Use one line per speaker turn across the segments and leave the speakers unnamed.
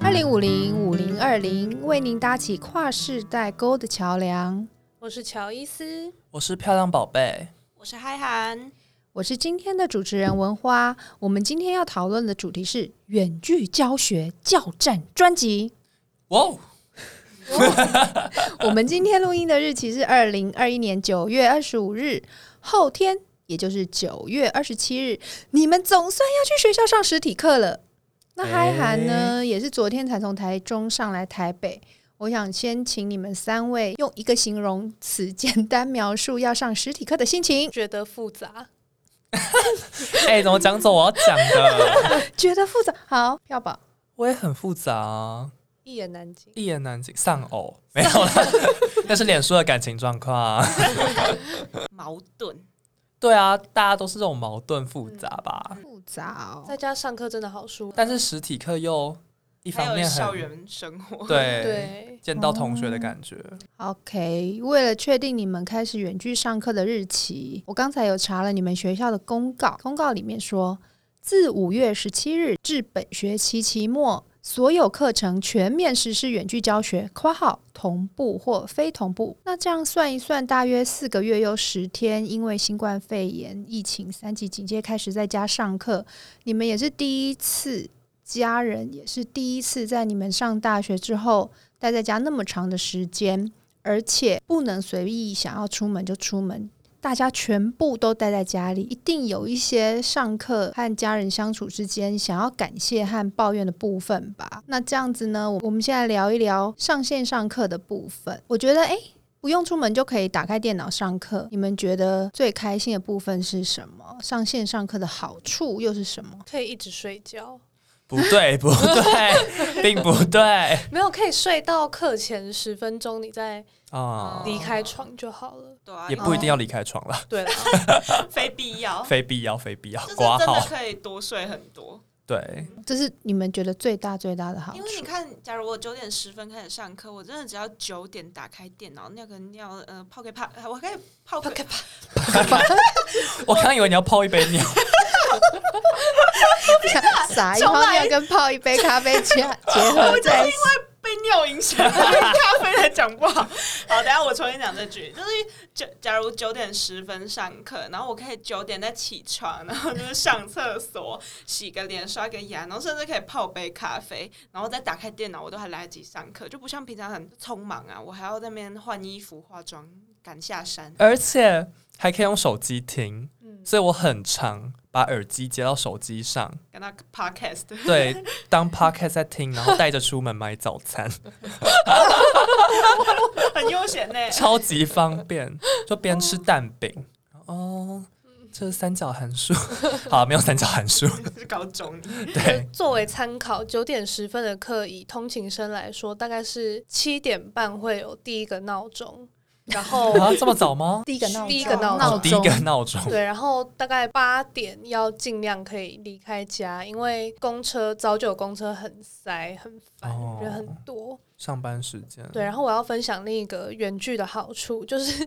二零五零五零二零为您搭起跨世代沟的桥梁。
我是乔伊斯，
我是漂亮宝贝，
我是嗨涵，
我是今天的主持人文花。我们今天要讨论的主题是远距教学教战专辑。
哇哦，
我们今天录音的日期是二零二一年九月二十五日，后天也就是九月二十七日，你们总算要去学校上实体课了。那嗨涵呢，也是昨天才从台中上来台北。我想先请你们三位用一个形容词简单描述要上实体课的心情，
觉得复杂，
哎、怎么讲走我要讲的？
觉得复杂。好，票宝
我也很复杂、啊，
一言难尽。
一言难尽，丧偶没有 啦，那是脸书的感情状况啊、嗯
矛盾，
对啊，大家都是这种矛盾复杂吧？
复杂哦
在，家上课真的好舒服，
但是实体课又一
还
方
有
面
校
很
园生活。
对
对，
见到同学的感觉，
哦
OK，为了确定你们开始远距上课的日期，我刚才有查了你们学校的公告，公告里面说，自五月十七日至本学期期末，所有课程全面实施远距教学（括号同步或非同步）。那这样算一算，大约四个月又十天，因为新冠肺炎疫情三级警戒开始在家上课，你们也是第一次，家人也是第一次在你们上大学之后待在家那么长的时间。而且不能随意想要出门就出门，大家全部都待在家里，一定有一些上课和家人相处之间想要感谢和抱怨的部分吧。那这样子呢，我我们现在聊一聊上线上课的部分。我觉得，诶，不用出门就可以打开电脑上课，你们觉得最开心的部分是什么？上线上课的好处又是什么？
可以一直睡觉，
不对，不 对，并不对
没有可以睡到课前十分钟，你再
啊、
哦
离开床就好了。
对啊，
也不一定要离开床了，
对啦，
非必要，
非必要，非必要
哦就是，
挂
真的
号，
可以多睡很多。
对，
这是你们觉得最大最大的好
因为你
处。
看，假如我九点十分开始上课，我真的只要九点打开电脑，尿个尿，呃，泡个泡，我可以泡个泡，
我刚以为你要泡一杯尿，
撒一泡尿跟泡一杯咖啡结结合在一起。
被尿影响，咖啡才讲不 好。好，等一下我重新讲这句，就是九，假如九点十分上课，然后我可以九点再起床，然后就是上厕所、洗个脸、刷个牙，然后甚至可以泡杯咖啡，然后再打开电脑，我都还来得及上课，就不像平常很匆忙啊，我还要在那边换衣服、化妆、赶下山。
而且还可以用手机听，
嗯，
所以我很常把耳机接到手机上，
跟他 podcast，
对，当 podcast 在听，然后带着出门买早 餐，
很悠闲呢、
超级方便，就边吃蛋饼，哦，这是三角函数， 好，没有三角函 数，
是高中，
对，
作为参考，九点十分的课以通勤生来说，大概是七点半会有第一个闹钟，然 后
啊，这么 早吗？
第一个闹钟，
第一个闹钟
哦第一个闹钟，
对，然后大概八点要尽量可以离开家，因为公车早九公车很塞，很烦，
哦嗯
人很多。
上班时间，哦
对，然后我要分享另一个远距的好处，就是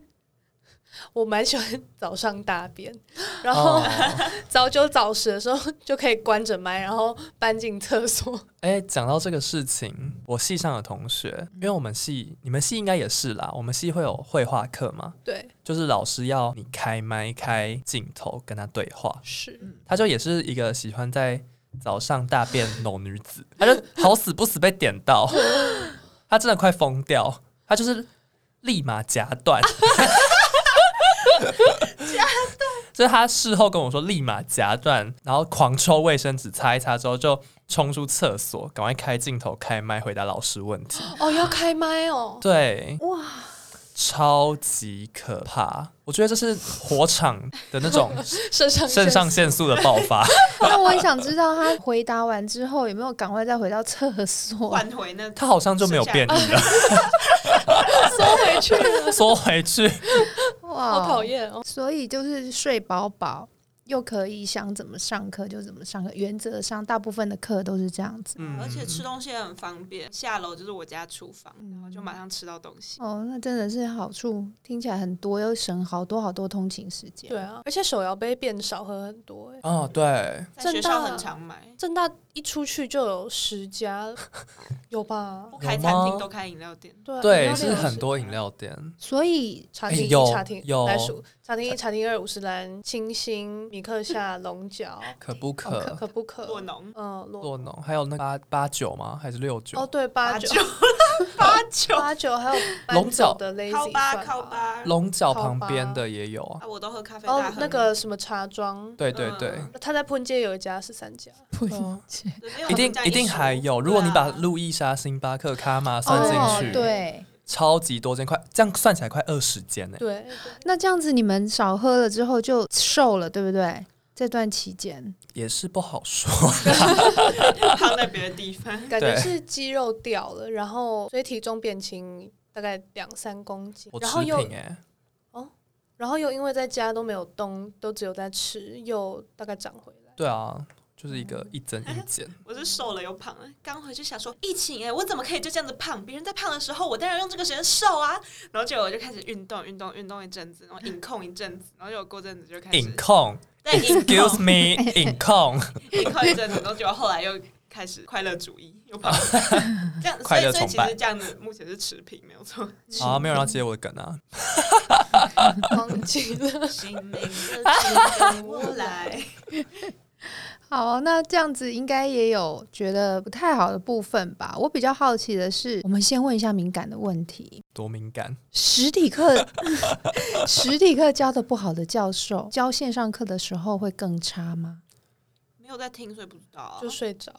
我蛮喜欢早上大便，然后
哦，
早九早十的时候就可以关着麦，然后搬进厕所。
哎，讲到这个事情，我系上的同
嗯
学，因为我们系，你们系应该也是啦，我们系会有绘画课嘛，
对，
就是老师要你开麦、开镜头跟他对话，
是
他就也是一个喜欢在早上大便某女子， 他就好死不死被点到，他真的快疯掉，他就是立马夹断，夹断， 就是他事后跟我说立马夹断，然后狂抽卫生纸擦一擦之后就冲出厕所，赶快开镜头、开麦回答老师问题，
哦，要开麦哦，
对，
哇，
超级可怕，我觉得这是火场的 那种
肾上
肾上
腺
腺素的爆 发。
那我也想知道他回答完之后有没有赶快再回到厕所？
换回那
他好像就没有变异了，
素缩回去了，
缩回去。
哇
好讨！厌哦。
所以就是睡饱饱，又可以想怎么上课就怎么上课，原则上大部分的课都是这样子。
嗯
而且吃东西也很方便，下楼就是我家厨房，然后就马上吃到东西。
哦，那真的是好处，听起来很多，又省好多好多通勤时间。
啊对啊，而且手摇杯变少喝很多、欸，
哦，对，
在学校很常买，
正大一出去就有十家 了，有吧
不？开餐厅都开饮料店，
对啊饮
对，
料店
是
有
很
十
多
家
饮料店，
所以
茶
哎
厅一、
有
茶厅
有
来数，茶厅一、茶厅二、五十岚、清新、米克 夏、龙角、
可不
哦可
可？
可不可？
洛农
嗯，洛
洛农还有那八八九吗？还是六九？
哦，对，八九、
八九
八九，还有搬
龙角
走的 lazy
靠吧
饭
靠
吧
吧，
龙角
好
旁
吧
边的也有啊。
啊，我都喝咖啡大
哦，
亨
那个什么茶庄，
对对对，
嗯
他在喷街有一家是三家，
不
对啊
对没有
一定
人家
一定
输
还有。
对
如果你把
啊
路易莎、星巴克、卡玛算
哦
进去，，
对。
超级多间，快这样算起来快二十间欸呢。
对，
那这样子你们少喝了之后就瘦了，对不对？这段期间，
也是不好说。
放在别的地方，
感觉
对
是肌肉掉了，然后所以体重变轻大概两三公斤
我，
然
吃
后又
品哎，
然后又因为在家都没有动，都只有在吃，又大概长回来。
对啊，就是一个一增一减。
我是瘦了又胖了。刚回去想说疫情哎、我怎么可以就这样子胖？别人在胖的时候，我当然用这个时间瘦啊。然后结果我就开始运动，运动，运动一阵子，然后隐控一阵子，然后结果过阵子就开始
隐控
对隐
，Excuse
控，
me，隐控。
隐控一阵子，然后结果后来又开始快乐主义，又胖了。这样，
啊
所
快
以
乐
所以
崇
其
拜
实这样子目前是持平，没有错。
啊，没有人要接我的梗啊！
忘记 了，
心灵的指 引我来，
好，那这样子应该也有觉得不太好的部分吧？我比较好奇的是，我们先问一下敏感的问题：
多敏感，
实体课， 实体课教的不好的教授，教线上课的时候会更差吗？
没有在听，所以不知道、啊。
就睡着。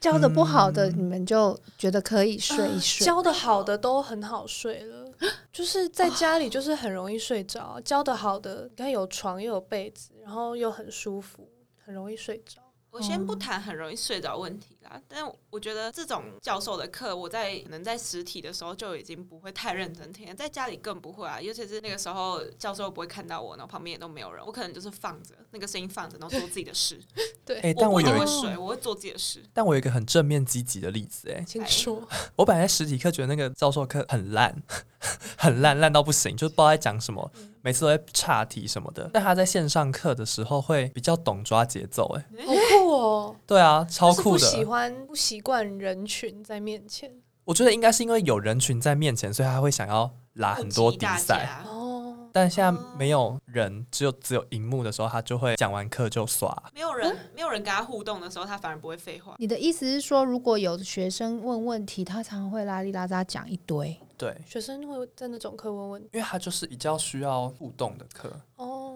教的不好的，你们就觉得可以睡一睡。
嗯教的好的都很好睡了，就是在家里就是很容易睡着。教的好的，你看有床又有被子，然后又很舒服，很容易睡着。
我先不谈很容易睡着问题啦，但我觉得这种教授的课，我在可能在实体的时候就已经不会太认真听了，在家里更不会啊，尤其是那个时候教授不会看到我，然后旁边也都没有人，我可能就是放着那个声音放着，然后做自己的事。
对，
哎、 但
我
我
不一定
有
会
一，
睡，我会做自己的事。
但我有一个很正面积极的例子、哎，
请说。
我本来在实体课觉得那个教授课很烂， 很烂，烂到不行，就是不知道在讲什么，每次都在岔题什么的。但他在线上课的时候会比较懂抓节奏、哎，
好酷哦，
对啊，超
嗯就是
酷
不喜
的。
欢不习惯人群在面前
我觉得应该是因为有人群在面前，所以他会想要拉很多
顾及
比
大
赛。
家，
哦。
但现在没有人，只有只有荧幕的时候，他就会讲完课就刷。
没有人没有人跟他互动的时候，他反而不会废话。
你的意思是说，如果有学生问问题，他常常会拉里拉扎讲一堆，
对，
学生会在那种课问问题
因为他就是比较需要互动的课。
哦。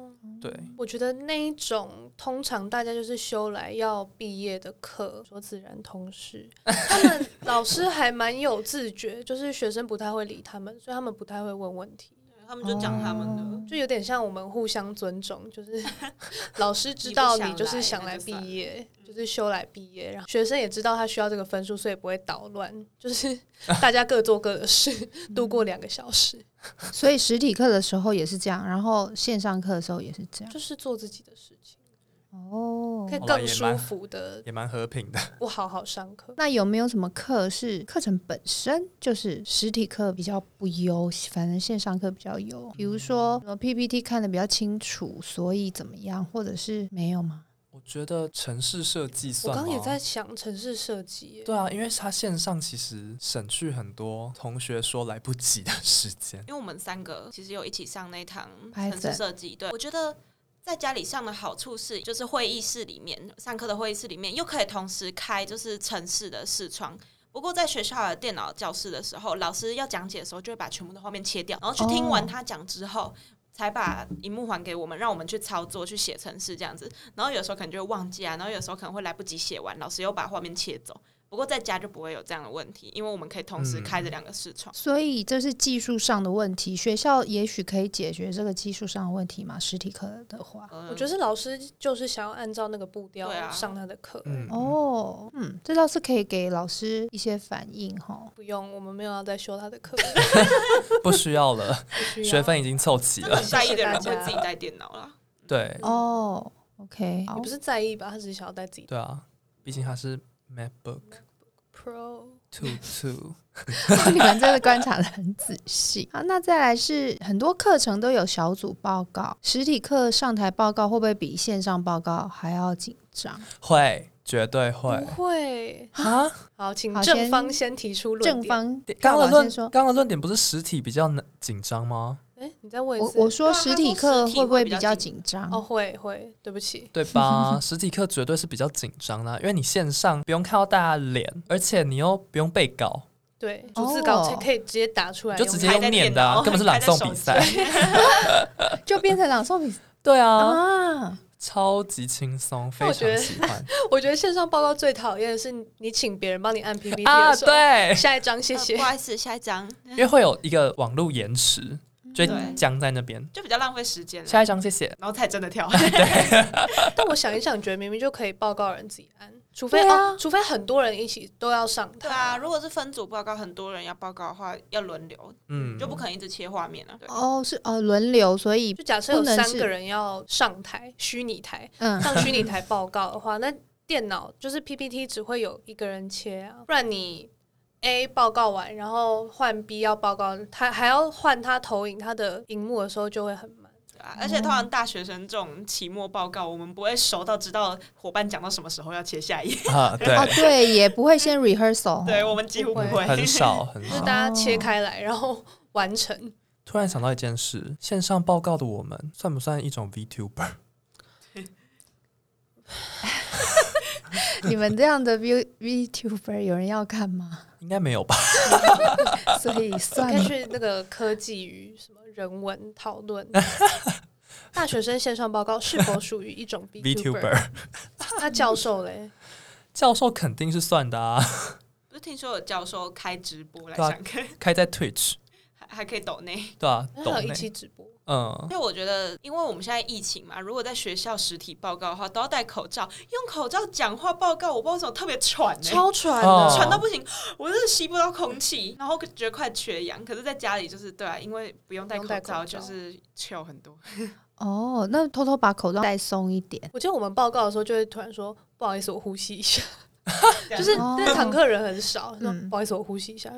对，
我觉得那一种通常大家就是修来要毕业的课，说自然通 识，他们老师还蛮有自觉，就是学生不太会理他们，所以他们不太会问问题，
他们就讲他们的，
哦
就有点像我们互相尊重，就是 老师知
你不
道
想
你就是
来
想
那
来
就
毕
算了嗯
业，就是修来毕业，然后学生也知道他需要这个分数，所以不会捣乱，就是 大家各做各的事，
嗯
度过两个小时，
所以实体课的时候也是这样，然后线上课的时候也是这样。
就是做自己的事情，
嗯
哦
可以
好吧
更
也
舒
蛮
服 的，
也蛮和平的。
不好好上课。
那有没有什么课是课程本身就是实体课比较不优，反正线上课比较优？比如说呃什么 PPT 看得比较清楚，所以怎么样，或者是没有吗？
我觉得城市设计
我
算
刚刚也
吗
在想城市设计耶，
对啊，因为它线上其实省去很多同学说来不及的时间。
因为我们三个其实有一起上那堂
Python
城市设计，对我觉得。在家里上的好处是，就是会议室里面上课的会议室里面，又可以同时开就是城市的视窗。不过在学校的电脑教室的时候，老师要讲解的时候，就会把全部的画面切掉，然后去听完
哦
他讲之后才把荧幕还给我们，让我们去操作、去写程式这样子。然后有时候可能就会忘记啊，然后有时候可能会来不及写完，老师又把画面切走。不过在家就不会有这样的问题，因为我们可以同时
嗯
开着两个视窗。
所以这是技术上的问题，学校也许可以解决这个技术上的问题嘛？实体课的话，
啊
嗯
我觉得是老师就是想要按照那个步调
对啊
上他的课，
嗯，
哦，嗯，这倒是可以给老师一些反应哈。
不用，我们没有要再修他的课，
嗯不需要 了，
不需要
学分已经凑齐
真的
了。
很在意的人
谢谢大
会
家
自己带电脑啦。
对，
哦，OK，好
你不是在意吧？他只是想要带自己
对啊，毕竟它是 MacBook
Pro。
Two Two。
你们真的观察的很仔细。 好，那再来是很多课程都有小组报告，实体课上台报告会不会比线上报告还要紧张？
会，绝对会
不会。
啊。
好，请
好
正
先
方先提出论
正
点。
方
刚刚的
赵老
论
先说，
刚刚的论点不是实体比较难紧张吗？
哎，你再问一
我
次。
我说
对啊
实
他
体
说
课
实体
会不
会
会
比
比
较
较
紧
紧张？
哦，会会，对不起。
对吧？实体课绝对是比较紧张的啊、因为你线上不用看到大家的脸，而且你又不用背稿，
对，逐字稿才
哦
可以直接打出来
就
用，
直接
拍
用
在
念
电
的啊、
脑哦
根本是朗
拍在
诵
手
比
机
赛。
就变成朗诵比
对啊，
啊，
超级轻松，非
我觉
常
得
喜欢
我觉得线上报告最讨厌的是你你请别人帮你按 PPT
啊！
的 时候，
对，
下一张 谢谢
呃不。好意思，下一张
因为会有一个网络延迟，就会
对嗯
僵在那边。
就比较浪费时间了，
下一张，谢谢。
然后才真 的跳。
但我想一想，觉得明明就可以报告人自己按，除非
对啊
哦，除非很多人一起都要上
对
台。
啊，如果是分组报告，很多人要报告的话，要轮流，
嗯，
就不可能一直切画面了。啊对，
哦是哦轮流，所以
就假设有
不能
三
是
个人要上台，虚拟台
嗯
上虚拟台报告的话，那电脑就是 PPT 只会有一个人切啊，不然你 A 报告完，然后换 B 要报告，他还要换他投影他的荧幕的时候就会很慢。
对啊而且通常大学生这种期末报告，我们不会熟到知道伙伴讲到什么时候要切下一页，
啊，对
哦，对，也不会先 rehearsal，
对我们几乎不
不
会
会，
哦很少很
就是
少
大。家
哦
切开来，然后完成。
突然想到一件事，线上报告的我们算不算一种 VTuber？
你们这样的 V VTuber 有人要看 吗？
应该没有吧？
所以算
可以
了，
去那个科技与什么人文讨论。大学生线上报告是否属于一种
VTuber
那教授嘞？
教授肯定是算的啊，
不是听说有教授开直播来
对啊
上课，
开在 Twitch
还还可以抖内。
对啊，
那
抖
还有
内
一期直播，
嗯
因，为我觉得，因为我们现在疫情嘛，如果在学校实体报告的话，都要戴口罩，用口罩讲话报告，我不知道为什么特别喘、欸，
超传的、
哦
喘到不行，我真的吸不到空气，然后觉得快缺氧。可是，在家里就是对啊，因为不用戴口
不用戴口罩
就是糗很多。
哦，那偷偷把口罩戴松一点，
我记得我们报告的时候就会突然说：“不好意思，我呼吸一 下。”
这样
就是
哦
那堂课人很少，说
嗯
不好意思，我呼吸一下。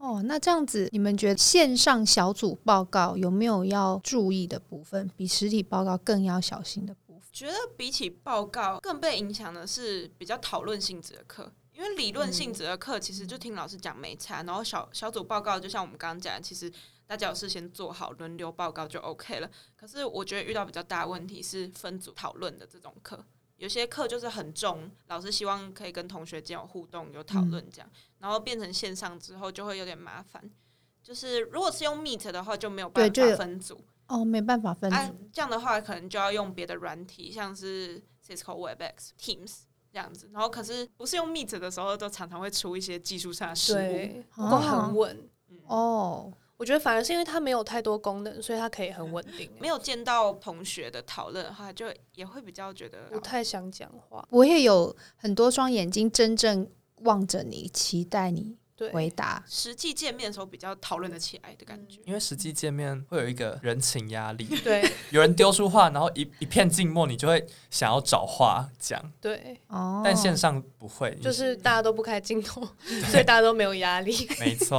哦，那这样子，你们觉得线上小组报告有没有要注意的部分，比实体报告更要小心的部分？
觉得比起报告，更被影响的是比较讨论性质的课。因为理论性质的课，其实就听老师讲没差，然后小小组报告，就像我们刚刚讲的，其实大家有事先做好，轮流报告就 OK 了。可是我觉得遇到比较大的问题是分组讨论的这种课，有些课就是很重，老师希望可以跟同学间有互动、有讨论这样，然后变成线上之后就会有点麻烦。就是如果是用 Meet 的话，就没有办
对就
法
有
分组，
哦，没办法分组、
啊，这样的话可能就要用别的软体，像是 Cisco WebEx、Teams 这样子。然后可是不是用 Meet 的时候，都常常会出一些技术上的失误。
对，不够很稳。
嗯，
哦，
我觉得反而是因为它没有太多功能，所以它可以很稳定。
没有见到同学的讨论的话，就也会比较觉得哦
不太想讲话，
我也有很多双眼睛真正望着你，期待你
对，
回答。
实际见面的时候比较讨论得起来的感觉。
嗯
因为实际见面会有一个人情压力，
对
有人丢出话，然后一一片静默，你就会想要找话讲，
对，
哦，
但线上不会，
就是大家都不开镜头，所以大家都没有压力。
没错，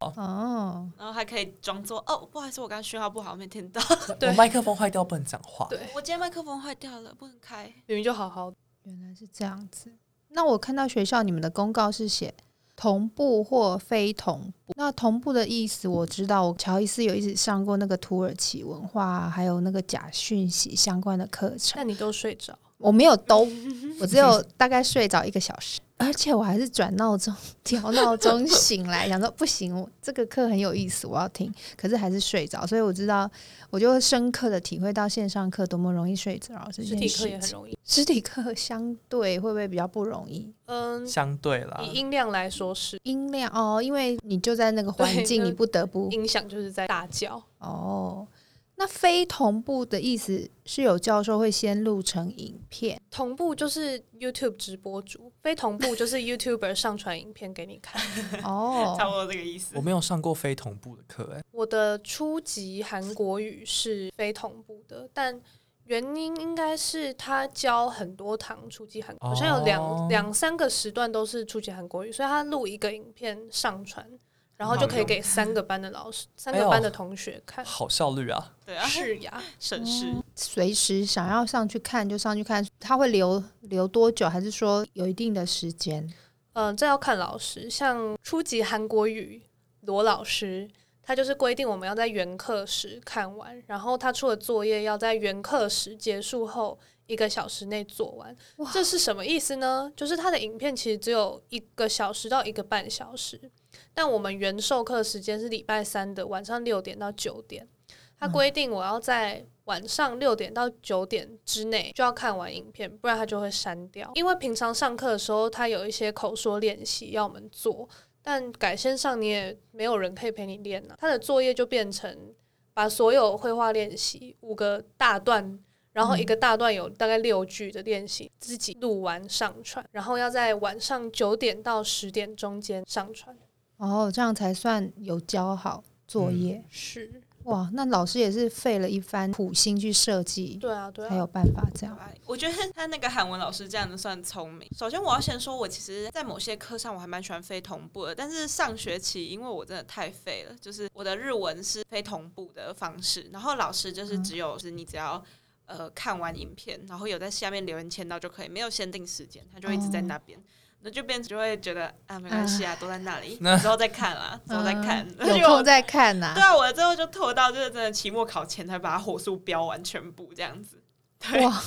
哦，
然后还可以装作哦，不好意思，我刚刚讯号不好，没听到。
我
对嗯
麦克风坏掉不能讲话，
对，
我今天麦克风坏掉了，不能开。
明明就好 好的，
原来是这样子。那我看到学校你们的公告是写同步或非同步。那同步的意思我知道，我乔伊斯有一直上过那个土耳其文化，啊还有那个假讯息相关的课程。
但你都睡着，
我没有兜，
嗯
我只有大概睡着一个小时，而且我还是转闹钟、调闹钟醒来，想说不行，我这个课很有意思，我要听，可是还是睡着，所以我知道，我就会深刻的体会到线上课多么容易睡着这
实
件
体
事
课也
情。
很容易。
实体课相对会不会比较不容易？
嗯，
相对啦
以，音量来说是
音量哦，因为你就在那个环
对
境，
就
你不得不
音响就是在大叫，
哦。那非同步的意思是有教授会先录成影片，
同步就是 YouTube 直播主，非同步就是 YouTuber 上传影片给你看。
哦，
差不多这个意思
我。没有上过非同步的课，哎，
我的初级韩国语是非同步的，但原因应该是他教很多堂初级韩，
哦
好像有两两三个时段都是初级韩国语，所以他录一个影片上传，然后就可以给三个班的老师、三个班的同学看
好效率啊！
对啊，
试牙。
省事。
哦
随时想要上去看就上去看，他会留留多久，还是说有一定的时间？
嗯，这要看老师，像初级韩国语罗老师，他就是规定我们要在原课时看完，然后他出的作业要在原课时结束后一个小时内做完
哇。
这是什么意思呢？就是他的影片其实只有一个小时到一个半小时，但我们原授课时间是礼拜三的晚上六点到九点，他规定我要在晚上六点到九点之内就要看完影片，不然他就会删掉。因为平常上课的时候，他有一些口说练习要我们做，但改线上你也没有人可以陪你练啊。他的作业就变成把所有绘画练习五个大段。然后一个大段有大概六句的练习，自己录完上传，然后要在晚上九点到十点中间上传。
哦，这样才算有教好作业。
是，
哇，那老师也是费了一番苦心去设计，
对啊，对
才
啊
有，办法这样。
我觉得他那个韩文老师这样子算聪明。首先，我要先说，我其实，在某些课上我还蛮喜欢非同步的，但是上学期因为我真的太废了，就是我的日文是非同步的方式，然后老师就是
嗯
只有是你只要。呃，看完影片，然后有在下面留言签到就可以，没有限定时间，他就一直
哦
在那边，那就变就会觉得啊，没关系啊，都在那里，
那
之后再看啦，之后再看，
嗯
而且
有
我
空再看呐、
对啊，我最后就拖到就是真的期末考前才把它火速标完全部这样子。对，
哇，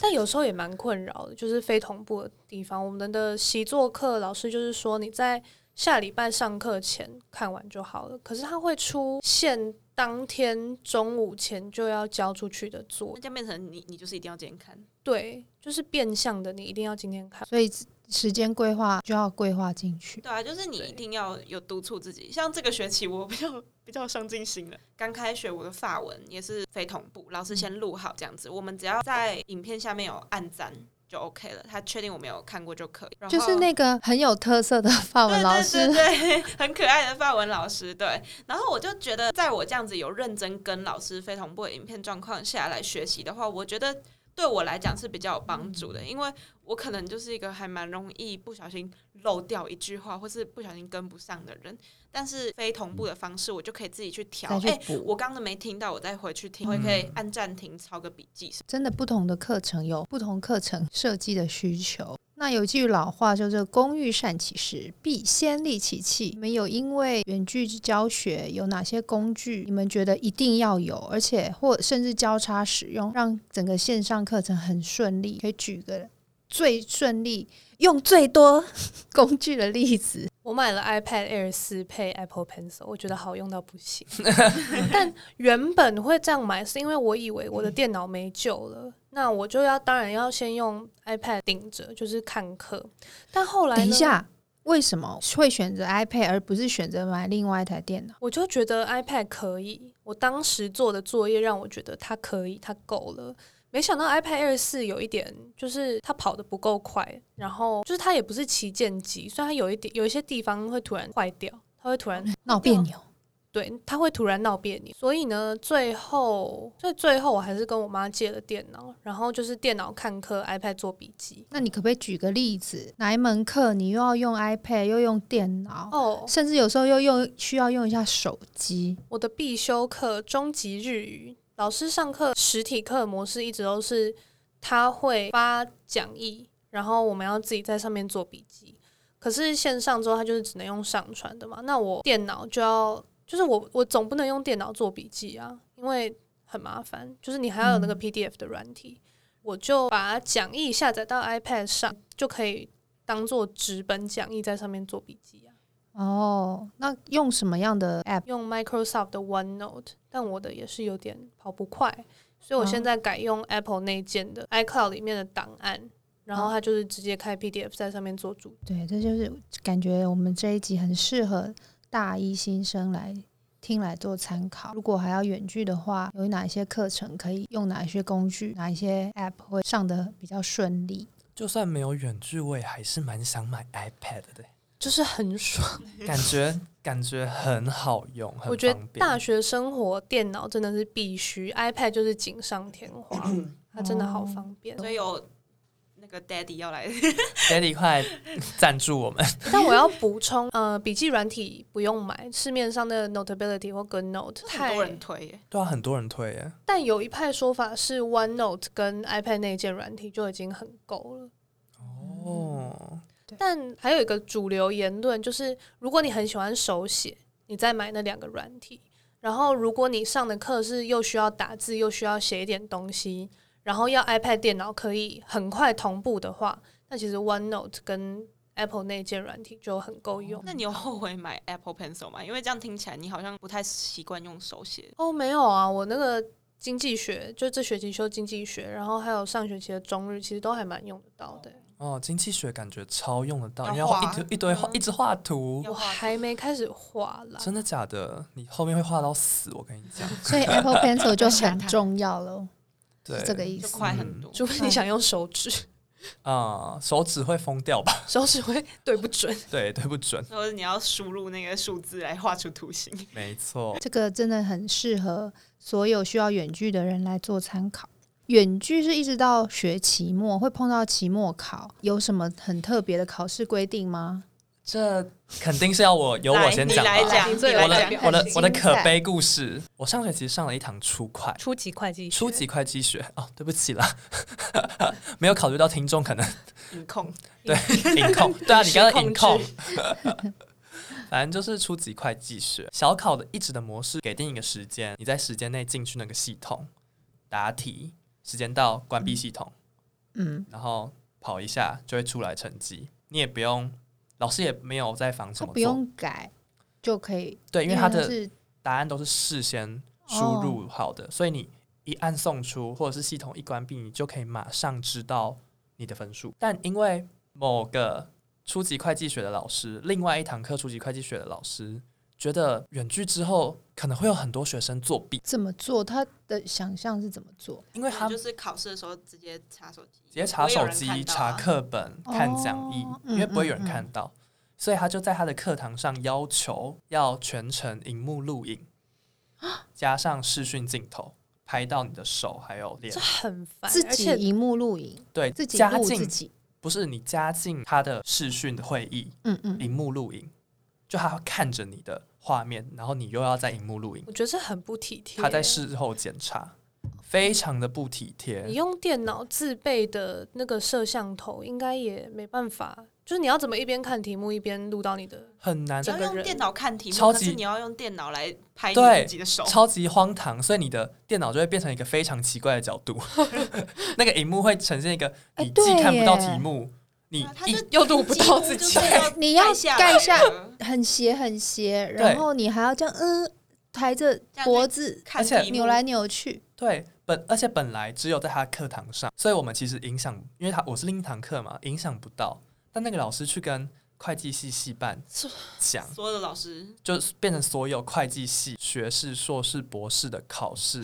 但有时候也蛮困扰的，就是非同步的地方。我们的习作课老师就是说，你在下礼拜上课前看完就好了，可是他会出现当天中午前就要交出去的作
那
业，
这样变成你，你就是一定要今天看。
对，就是变相的，你一定要今天看。
所以时间规划就要规划进去。
对啊，就是你
对
一定要有督促自己。像这个学期我比较比较上进心了，刚开学我的法文也是非同步，老师先录好这样子，我们只要在影片下面有按赞就 OK 了，他确定我没有看过就可以。然后
就是那个很有特色的 法文哦老师，
对对对对， 很可爱的范文老师。对，然后我就觉得，在我这样子有认真跟老师非同步的影片状况下来学习的话，我觉得对我来讲是比较有帮助
嗯
的，因为我可能就是一个还蛮容易不小心漏掉一句话，或是不小心跟不上的人。但是非同步的方式，我就可以自己去调。
再
哎、
去补。嗯
我刚刚没听到，我再回去听，我也可以按暂停抄个笔记。
真的不同的课程有不同课程设计的需求。那有一句老话就是“工欲善其事，必先利其器”。你们有因为远距教学有哪些工具，你们觉得一定要有，而且或甚至交叉使用，让整个线上课程很顺利？可以举个最顺利、用最多 工具的例子。
我买了 iPad Air 四配 Apple Pencil，我觉得好用到不行。但原本会这样买，是因为我以为我的电脑没救了，那我就要当然要先用 iPad 顶着，就是看课。但后来呢
等一，下，为什么会选择 iPad 而不是选择买另外一台电脑？
我就觉得 iPad 可以，我当时做的作业让我觉得它可以，它够了。没想到 iPad Air 四有一点，就是它跑得不够快，然后就是它也不是旗舰机，所以它有一点有一些地方会突然坏掉，它会突然
闹别扭。
对，他会突然闹别扭，所以呢，最后，所以最后我还是跟我妈借了电脑，然后就是电脑看课，iPad 做笔记。
那你可不可以举个例子？哪一门课你又要用 iPad，又用电脑，
哦，
甚至有时候又用需要用一下手机？
我的必修课终极日语，老师上课实体课的模式一直都是他会发讲义，然后我们要自己在上面做笔记。可是线上之后，他就是只能用上传的嘛。那我电脑就要，就是我我总不能用电脑做笔记啊，因为很麻烦，就是你还要有那个
嗯
PDF 的软体。我就把讲义下载到 iPad 上，就可以当做纸本讲义在上面做笔记啊。
哦，那用什么样的 App？
用 Microsoft 的 OneNote，但我的也是有点跑不快，所以我
嗯
现在改用 Apple 内建的 iCloud 里面的档案，然后
嗯
它就是直接开 PDF 在上面做主。
对，这就是感觉我们这一集很适合大一新生来听来做参考。如果还要远距的话，有哪一些课程可以用哪一些工具，哪一些 App 会上的比较顺利？
就算没有远距，我也还是蛮想买 iPad 的，
就是很爽，
感觉感觉很好用，很
我觉得
方便
大学生活电脑真的是必须，iPad
嗯
就是锦上添花，它真的好方便。
所以有那个 Daddy 要来
Daddy 快赞助我们，
但我要补充，呃，笔记软体不用买，市面上的 Notability 或 GoodNote
很
太
多人推耶，
对啊，很多人推耶。
但有一派说法是 OneNote 跟 iPad 那件软体就已经很够了。
哦，
但还有一个主流言论就是，如果你很喜欢手写，你再买那两个软体。然后，如果你上的课是又需要打字，又需要写一点东西，然后要 iPad 电脑可以很快同步的话，那其实 OneNote 跟 Apple 那件软体就很够
哦
用。
那你有后悔买 Apple Pencil 吗？因为这样听起来你好像不太习惯用手写。
哦，没有啊，我那个经济学，就这学期修经济学，然后还有上学期的中日，其实都还蛮用得到的。
哦，经济学感觉超用得到，
要
你要
画
画一堆一堆画，一直画图
要，
我还没开始画啦，
真的假的？你后面会画到死，我跟你讲，
所以 Apple Pencil 就
想
很
它
重要了，
对，
是这个意
就
思。
快很多，
除非你想用手指，
啊、手指会疯掉吧？
手指会对不准。
对，对不准，
所以你要输入那个数字来画出图形。
没 错。
这个真的很适合所有需要远距的人来做参考。远距是一直到学期末会碰到期末考，有什么很特别的考试规定吗？
这肯定是要我由我
来
先
你
讲吧。
来讲，
你
你
最有
我
来
代
讲
的
表。
我的
很
我的
精
可
彩
悲故事，我上学期上了一堂初会，
初级会计学，
初级会计学哦，对不起啦， 没有考虑到听众可能
音控，
隐控， 对啊，你刚刚
饮食控
隐控， 反正就是初级会计学小考的一直的模式，给定一个时间，你在时间内进去那个系统答题，时间到关闭系统，
嗯，
然后跑一下就会出来成绩，你也不用，老师也没有在防什
它
么
不
做，
用改就可以，
对，因为他的
是
答案都是事先输入好的，所以你一按送出或者是系统一关闭，你就可以马上知道你的分数。但因为某个初级会计学的老师，另外一堂课初级会计学的老师觉得远距之后可能会有很多学生作弊，
怎么做，他的想象是怎么做。
因为他
就
直
是考试的时候直接查手机，
接查手机、
我也有人看到
查
啊
课本、
哦
看讲义，
嗯
因为不会有人
嗯嗯
看到。所以他就在他的课堂上要求要全程荧幕 录影，加上视讯镜头拍到你的手还有脸
这，很烦，
自
而
己
且
荧幕录影，
对，
自己
加
录自
进
己，
不是你加进他的视讯的会议，
嗯嗯，
荧幕录影，就他看着你的画面，然后你又要在荧幕录影，
我觉得这很不体贴。
他在事后检查，非常的不体
你
贴。
用电脑自备的那个摄像头，应该也没办法，就是你要怎么一边看题目一边录到你的。
很难
你，要
整个
用
人
电脑看题目，
超
可是
级
你要用电脑来拍你
对
自己的手，
超级荒唐，所以你的电脑就会变成一个非常奇怪的角度，那个荧幕会呈现一个
哎
你既看不到
对耶
题目，你
啊它
一
是
又录不到自己
几乎就是要
你要
下
盖
来
下
了
很斜很斜，然后你还要这样，嗯，抬着脖子
看
而且
题目
扭来扭去，
对，本而且本来只有在他课堂上，所以我们其实影响，因为他我是另一堂课嘛，影响不到。但那个老师去跟会计系系办
是
讲，
所有的老师
就是变成所有会计系学士、硕士、博士的考试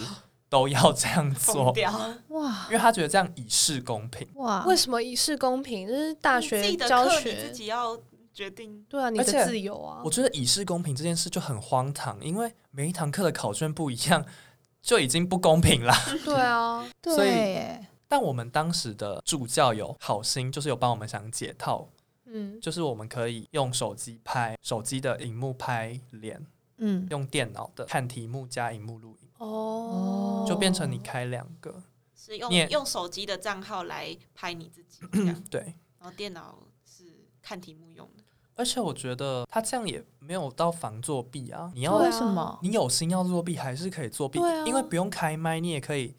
都要这样
疯
做，
掉，
哇
因为他觉得这样以示公平。
哇，
为什么以示公平？就是大
你自
学
己的
教
课你
学
自，己要决定，
对啊，你
而且
的自由啊
我。觉得以示公平这件事就很荒唐，因为每一堂课的考卷不一样，就已经不公平了。
对啊，
所
对
以
耶，
但我们当时的助教有好心，就是有帮我们想解套，
嗯，
就是我们可以用手机拍，手机的荧幕拍脸，
嗯，
用电脑的看题目加荧幕录影，
哦，
就变成你开两个。
是用
你也
用手机的账号来拍你自己这样，
对，
然后电脑是看题目用的。
而且我觉得他这样也没有到防作弊啊，你
对
要
为什么？
你有心要作弊还是可以作弊，
对啊
因为不用开麦，你也可以。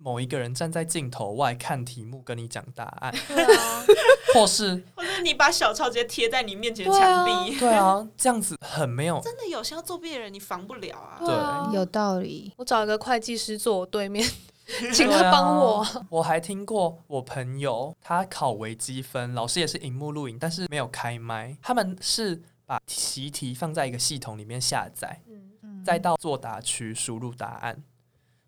某一个人站在镜头外看题目，跟你讲答案，
对啊，
或是
或者你把小抄直接贴在你面前的
对啊
墙壁，
对啊，这样子很没有
真的有些要作弊的人你防不了啊。
对啊，
有道理，
我找一个会计师坐我对 面，请他帮我。
啊我还听过我朋友他考微积分，老师也是荧幕录影，但是没有开麦，他们是把习题放在一个系统里面下载，
嗯，
嗯
再到作答区输入答案，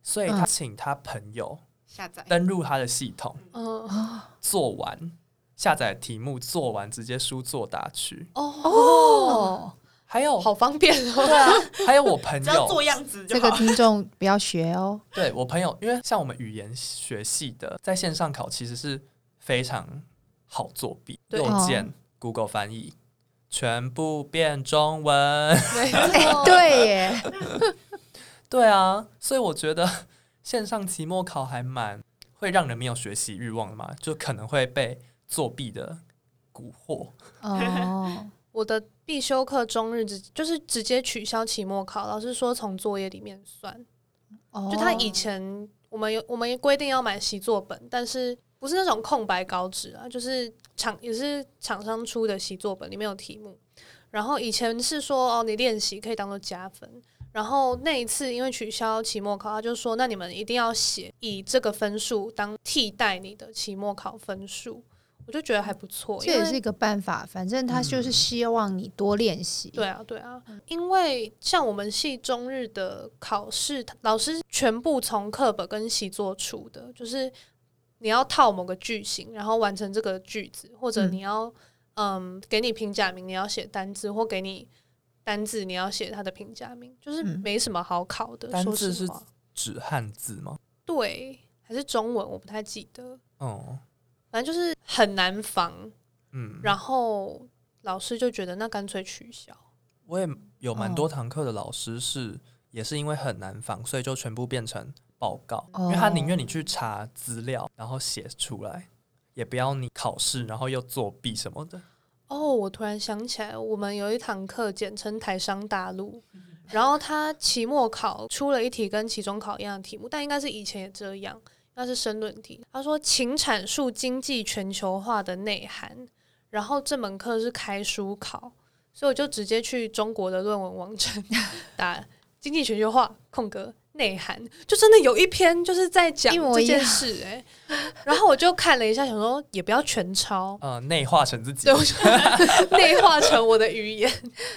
所以他请他朋友
下载
登录他的系统，
嗯
啊
做完下载题目，做完直接输作答区。
哦，
还有
好方便
对
哦。
啊，还有我朋
只要
友
做，样子就
这
好
个。听众不要学哦，
对我朋友，因为像我们语言学系的，在线上考其实是非常好作弊，
对
右
哦
键 Google 翻译，全部变中文。
没
哎、
错，
对耶，
对啊，所以我觉得线上期末考还蛮会让人没有学习欲望的嘛，就可能会被作弊的蛊惑。
哦，
我的必修课中日直就是直接取消期末考，老师说从作业里面算。
哦
就他以前我们有我们规定要买习作本，但是不是那种空白稿纸啊，就是厂也是厂商出的习作本，里面有题目。然后以前是说哦，你练习可以当做加分。然后那一次因为取消期末考，他就说那你们一定要写以这个分数当替代你的期末考分数，我就觉得还不错，
这
因为
也是一个办法，反正他就是
嗯
希望你多练习。
对啊，对啊，因为像我们系中日的考试，老师全部从课本跟习作出的，就是你要套某个句型，然后完成这个句子，或者
嗯
你要嗯给你评价名，你要写单字，或给你单字，你要写它的评价名，就是
嗯
没什么好考的。
单
呃说
字
实
是
话，
指汉字吗？
对，还是中文，我不太记得，
哦，
反正就是很难防。
嗯，
然后老师就觉得那干脆取消。
我也有蛮
哦
多堂课的老师是、也是因为很难仿，所以就全部变成报告，
哦
因为他宁愿你去查资料，然后写出来，也不要你考试然后又作弊什么的。
哦，我突然想起来，我们有一堂课简称台商 大陆，然后他期末考出了一题跟期中考一样的题目，但应该是以前也这样，那是申论题。他说，请阐述经济全球化的内涵，然后这门课是开书考，所以我就直接去中国的论文 网站打“经济全球化”空格。内涵就真的有一篇就是在讲
一模
这
一
件
样
事哎、然后我就看了一下，想说也不要全抄，
呃，内化成自己
对，。我就 内化成我的语言，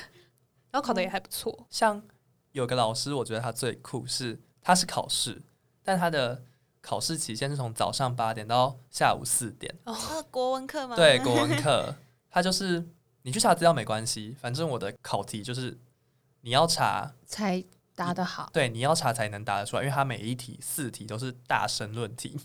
然后考的也还不错。
像有个老师，我觉得他最酷是，他是考试，但他的考试期间是从早上八点到下午四点。
呃，国文课吗？
对，国文课，他就是你去查资料没关系，反正我的考题就是你要查
才答得好。
对，你要查才能答得出来，因为它每一题四题都是大申论题。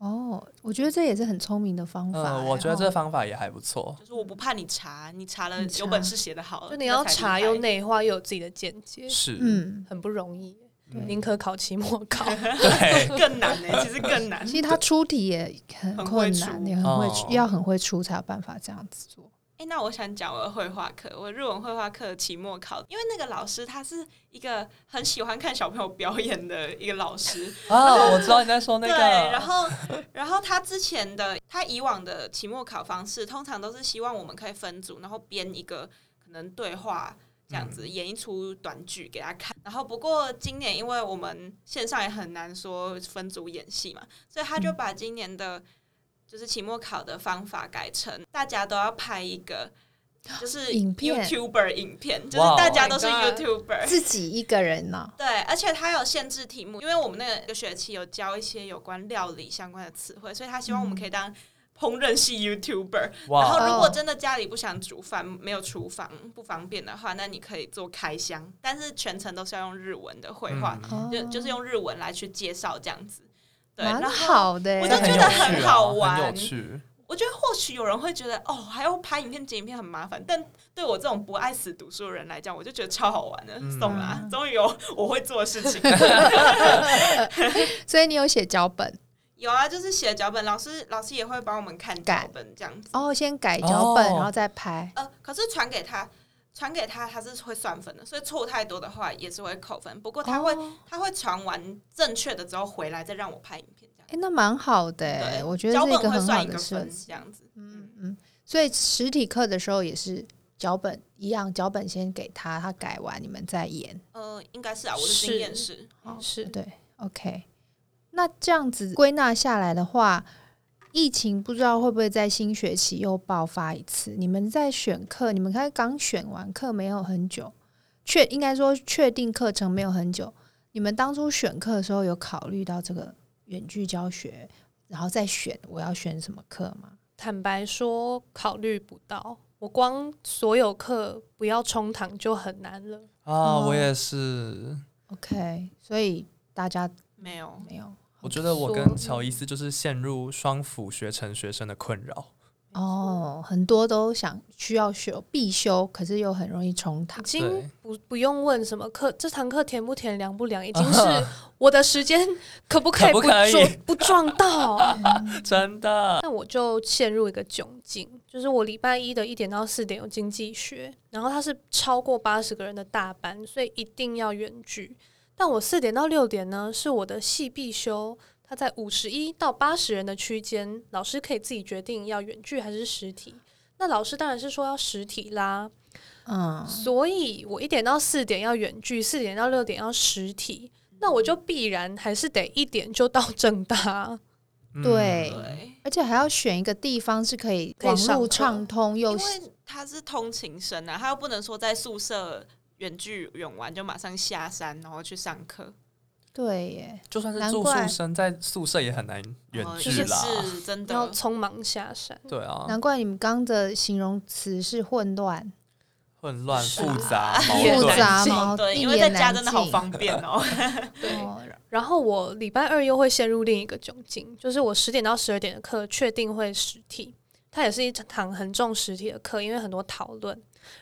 哦，我觉得这也是很聪明的方
嗯、
法欸。
我觉得
哦
这方法也还不错。
就是我不怕你查，你查了
你查
有本事写的好，
就你要
哦那才厉
查
害
又内化又有自己的见解，
是，
嗯，
很不容易。
对
嗯
宁可考期末考，
对，
更难呢、其实更 难。
其实他出题也很
很
困
会
难，
出
也很会出，
哦
要很会出才有办法这样子做。
哎、那我想讲我的绘画课，我日文绘画课期末考，因为那个老师他是一个很喜欢看小朋友表演的一个老师，
啊，我知道你在说那
对，然
个，
后 然后他之前的他以往的期末考方式，通常都是希望我们可以分组，然后编一个可能对话。这样
嗯
子演一出短剧给他看，然后不过今年因为我们线上也很难说分组演戏嘛，所以他就把今年的就是期末考的方法改成大家都要拍一个就是
影片
YouTuber 影片，就
哇
是大家都是
Oh my god
YouTuber，
自己一个人呢、
对，而且它有限制题目，因为我们那个学期有教一些有关料理相关的词汇，所以他希望我们可以当烹饪系 YouTuber、然
哇，
后，如果真的家里不想煮饭，没有厨房不方便的话，那你可以做开箱，但是全程都是要用日文的绘画，
嗯
哦
就就是用日文来去介绍这样子。对，
蛮
然后
好的欸。
我
这
就
很
觉
有
得很
趣啊
好玩
很有趣。
我觉得或许有人会觉得哦，还要拍影片、剪影片很麻烦，但对我这种不爱死读书的人来讲，我就觉得超好玩的。
嗯
送啦，终于有我会做的事情。
所以你有写脚本
有啊，就是写脚本，老师老师也会帮我们看脚本这样子。
哦，先改脚本，
哦
然后再拍。
呃，可是传给他，传给他他是会算分的，所以错太多的话也是会扣分。不过他会、
哦
他会传完正确的之后回来再让我拍影片这样。
哎、那蛮好的欸，
对，
我觉得
脚
是一
本
个
会
很好
算一
的
个
设
分
计。
这样子。
嗯
嗯，
嗯，所以实体课的时候也是脚本一样，脚本先给他，他改完你们再演。
呃，应该是啊，我的
是
经验是，
哦
嗯
是
对，OK。那这样子归纳下来的话，疫情不知道会不会在新学期又爆发一次？你们在选课，你们才刚选完课没有很久，确应该说确定课程没有很久。你们当初选课的时候有考虑到这个远距教学，然后再选我要选什么课吗？
坦白说考虑不到。我光所有课不要冲堂就很难了，
啊，
哦
我也是，
OK，所以大家
没有。
没有。
我觉得我
说
跟乔伊斯就是陷入双辅学成学生的困扰。
哦，很多都想需要修必修，可是又很容易重
已
塔。
经
对
不不用问什么课，这堂课填不填、凉不凉，已经 是我的时间可不可以
可不
不
可以
撞不撞到？
真的，
那我就陷入一个窘境，就是我礼拜一的一点到四点有经济学，然后它是超过八十个人的大班，所以一定要远距。但我四点到六点呢，是我的系必修，它在五十一到八十人的区间，老师可以自己决定要远距还是实体。那老师当然是说要实体啦，
嗯，
所以我一点到四点要远距，四点到六点要实体，那我就必然还是得一点就到正大，
嗯
对
对，
而且还要选一个地方是可以
可以
网
上
络
课
畅通
因
又
为他是通勤生啊，他又不能说在宿舍远距远玩就马上下山，然后去上课，
对耶，
就算是
难
住
怪
宿生，在宿舍也很难远
然后
距啦。
哦是嗯真
要
的。
匆忙下山。
对啊，
难怪你们刚的形容词是混乱、
混乱、
是
复杂、矛
也
复
盾。
杂、
难
矛
对，
盾，
因
一
为在
言
家
难
真的
尽。
好方便 哦。
哦
然后我礼拜二又会陷入另一个窘境，就是我十点到十二点的课确定会实体，它也是一堂很重实体的课，因为很多讨论。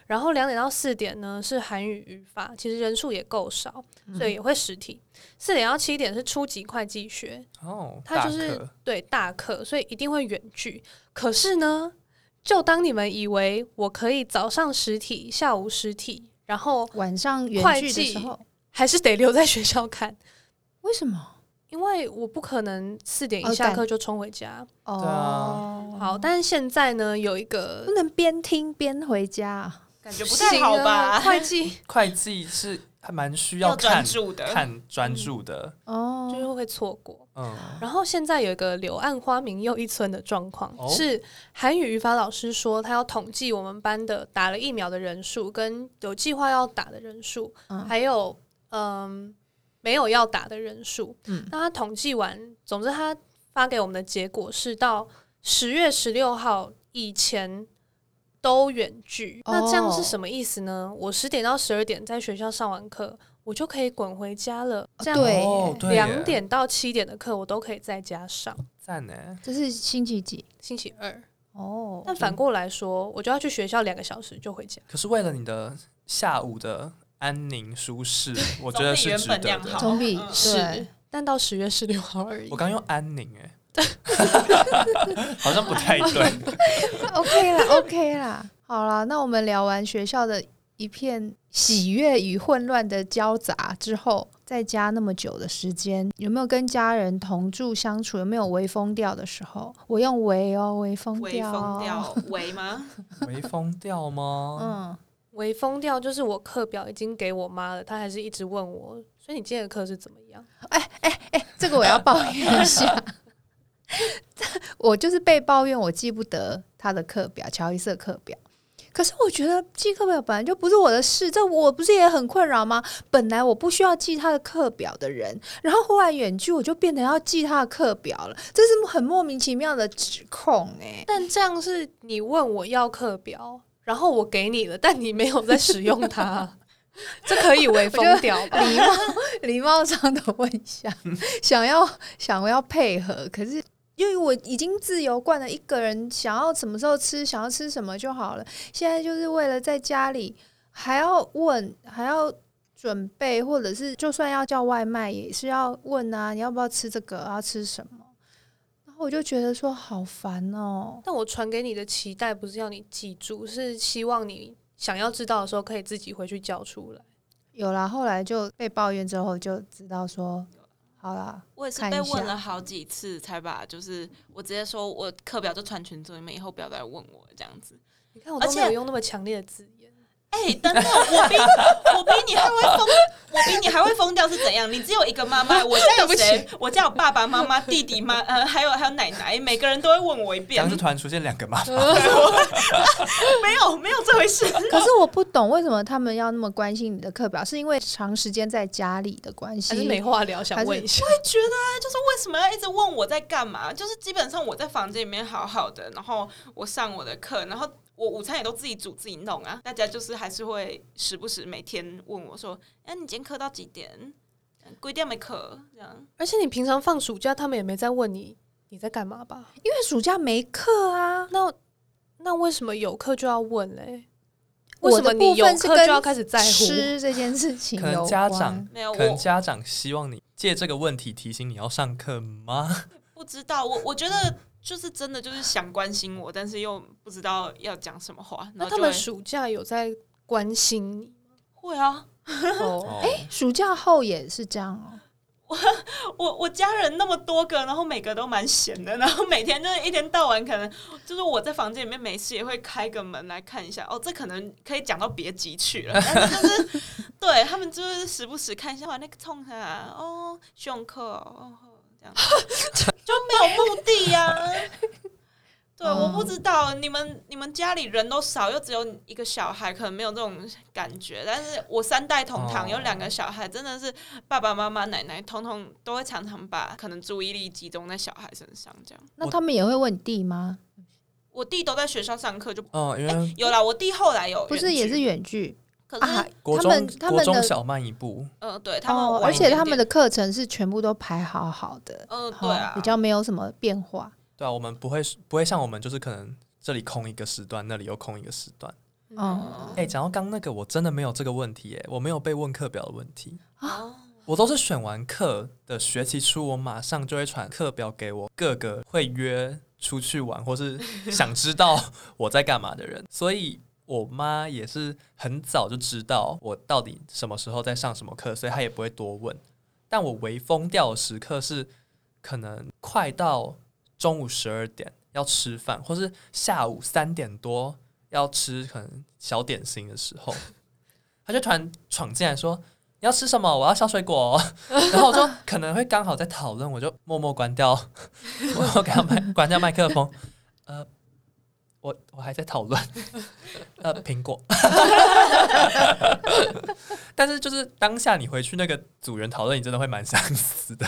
然后两点到四点呢是韩语语法，其实人数也够少，
嗯
所以也会实体。四点到七点是初级会计学，
哦，
它
大
就是
可
对大课，所以一定会远距。可是呢，就当你们以为我可以早上实体，下午实体，然后
晚上远
会
距的时
计
候，
还是得留在学校看，
为什么？
因为我不可能四点
哦
一下
赶
课就冲回家。
啊
哦，
好，但是现在呢，有一个
不能边听边回家啊。
感觉不太好
行啊
吧？
会 计
会计是还蛮需
要专
看
注的，
看专注的。
就
哦，
是会错过。
嗯，
然后现在有一个柳暗花明又一村的状况，
哦
是韩语语法老师说他要统计我们班的打了疫苗的人数，跟有计划要打的人数，
嗯
还有嗯没有要打的人数。
嗯
那他统计完，总之他发给我们的结果是到十月十六号以前都远距。
哦
那这样是什么意思呢？我十点到十二点在学校上完课，我就可以滚回家了。这样
对
哦，对耶，
两点到七点的课我都可以在家上，
赞呢。
这是星期几？
星期二。
哦，
嗯
但反过来说，我就要去学校两个小时就回家。
可是为了你的下午的安宁舒 适，我觉得是
总比原
值得
本那样
的
好。
总比
嗯
对，
但到十月十六号而已
我。刚用安宁 哎、好像不太对。
OK 啦，OK 啦，好啦，那我们聊完学校的一片喜悦与混乱的交杂之后，在家那么久的时间，有没有跟家人同住相处？有没有微风调的时候？我用微哦，微风
嗯微
调，
风 调，微吗？
微风调吗？
嗯，
微风调就是我课表已经给我妈了，她还是一直问我，所以你今天的课是怎么样？
这个我要抱怨一下。我就是被抱怨我记不得他的课表，乔伊斯的课表。可是我觉得记课表本来就不是我的事，这我不是也很困扰吗？本来我不需要记他的课表的人，然后忽然远距，我就变成要记他的课表了，这是很莫名其妙的指控哎、
但这样是你问我要课表，然后我给你了，但你没有在使用它， 这可以微风调吧？
礼貌礼貌上的问一下， 想要想要配合，可是因为我已经自由惯了，一个人想要什么时候吃，想要吃什么就好了。现在就是为了在家里还要问，还要准备，或者是就算要叫外卖，也是要问啊，你要不要吃这个，要吃什么？然后我就觉得说好烦哦。
但我传给你的期待不是要你记住，是希望你想要知道的时候可以自己回去叫出来。
有啦，后来就被抱怨之后就知道说，好啦，
我也是
看一
被
下
问了好几次才把，就是我直接说我课表就传群组，你们以后不要再问我这样子。
你看我都
而且
没有用那么强烈的字眼，
哎、等等，我比我比你还会疯，我比你还会疯掉是怎样？你只有一个妈妈，我家有谁？我家有爸爸妈妈、弟弟妈，呃，还有还有奶奶，每个人都会问我一遍
杨。志团出现两个嘛？
没有没有这回事，
可是我不懂为什么他们要那么关心你的课表，是因为长时间在家里的关系
还是没话聊，
还
想
是
问一下。
觉得啊，就是为什么要一直问我在干嘛？就是基本上我在房间里面好好的，然后我上我的课，然后我午餐也都自己煮自己弄啊。大家就是还是会时不时每天问我说：“哎、你今天课到几点？几点没课这样。
而且你平常放暑假，他们也没在问你你在干嘛吧？
因为暑假没课啊。
那那为什么有课就要问嘞？为
我
什
的部
么你有
分是
课就
跟
要开始在乎？
吃这件事情
可
有
能
关。
家长
没有
可能
啊我
家长希望你借这个问题提醒你要上课吗？
不知道，我我觉得就是真的就是想关心我，但是又不知道要讲什么话。然
那
后
他
就
们
会
暑假有在关心你？
会啊，
哦，
哎、
暑假后也是这样哦。
我我家人那么多个，然后每个都蛮闲的，然后每天就是一天到晚，可能就是我在房间里面没事也会开个门来看一下。哦，这可能可以讲到别集去了，但是就是对他们就是时不时看一下，哇，那个冲啊，哦，上课哦，哦这样就没有目的呀、对，
嗯
我不知道你们你们家里人都少，又只有一个小孩，可能没有这种感觉。但是我三代同堂，
哦
有两个小孩，真的是爸爸妈妈、奶奶，通通都会常常把可能注意力集中在小孩身上。这样，
那
我
他们也会问你弟吗？
我弟都在学校上课，就
哦，因为
有啦。我弟后来有
不
远
是，
距
也是，远距
可是、
啊。
国
他
中
们他
国
们
中
的
小慢一步，
呃，对他们
哦，
晚
而
一
且
点点，
他们的课程是全部都排好好的，
嗯
呃，
好
对啊，
比较没有什么变化。
对啊，我们不会不会像我们就是可能这里空一个时段，那里又空一个时段。
嗯
哎、讲到刚那个，我真的没有这个问题耶，我没有被问课表的问题，
哦
我都是选完课的学期初，我马上就会传课表给我各个会约出去玩或是想知道我在干嘛的人， 所以。我妈也是很早就知道我到底什么时候在上什么课，所以她也不会多问。但我微疯掉的时刻是，可能快到中午十二点要吃饭，或是下午三点多要吃可能小点心的时候，他就突然闯进来说：“你要吃什么？我要小水果哦、 然后我就可能会刚好在讨论，我就默默关掉， 默默给他麦关掉麦克风。呃，我我还在讨论， 呃，苹果。 但是就是当下你回去那个组员讨论，你真的会蛮想死的。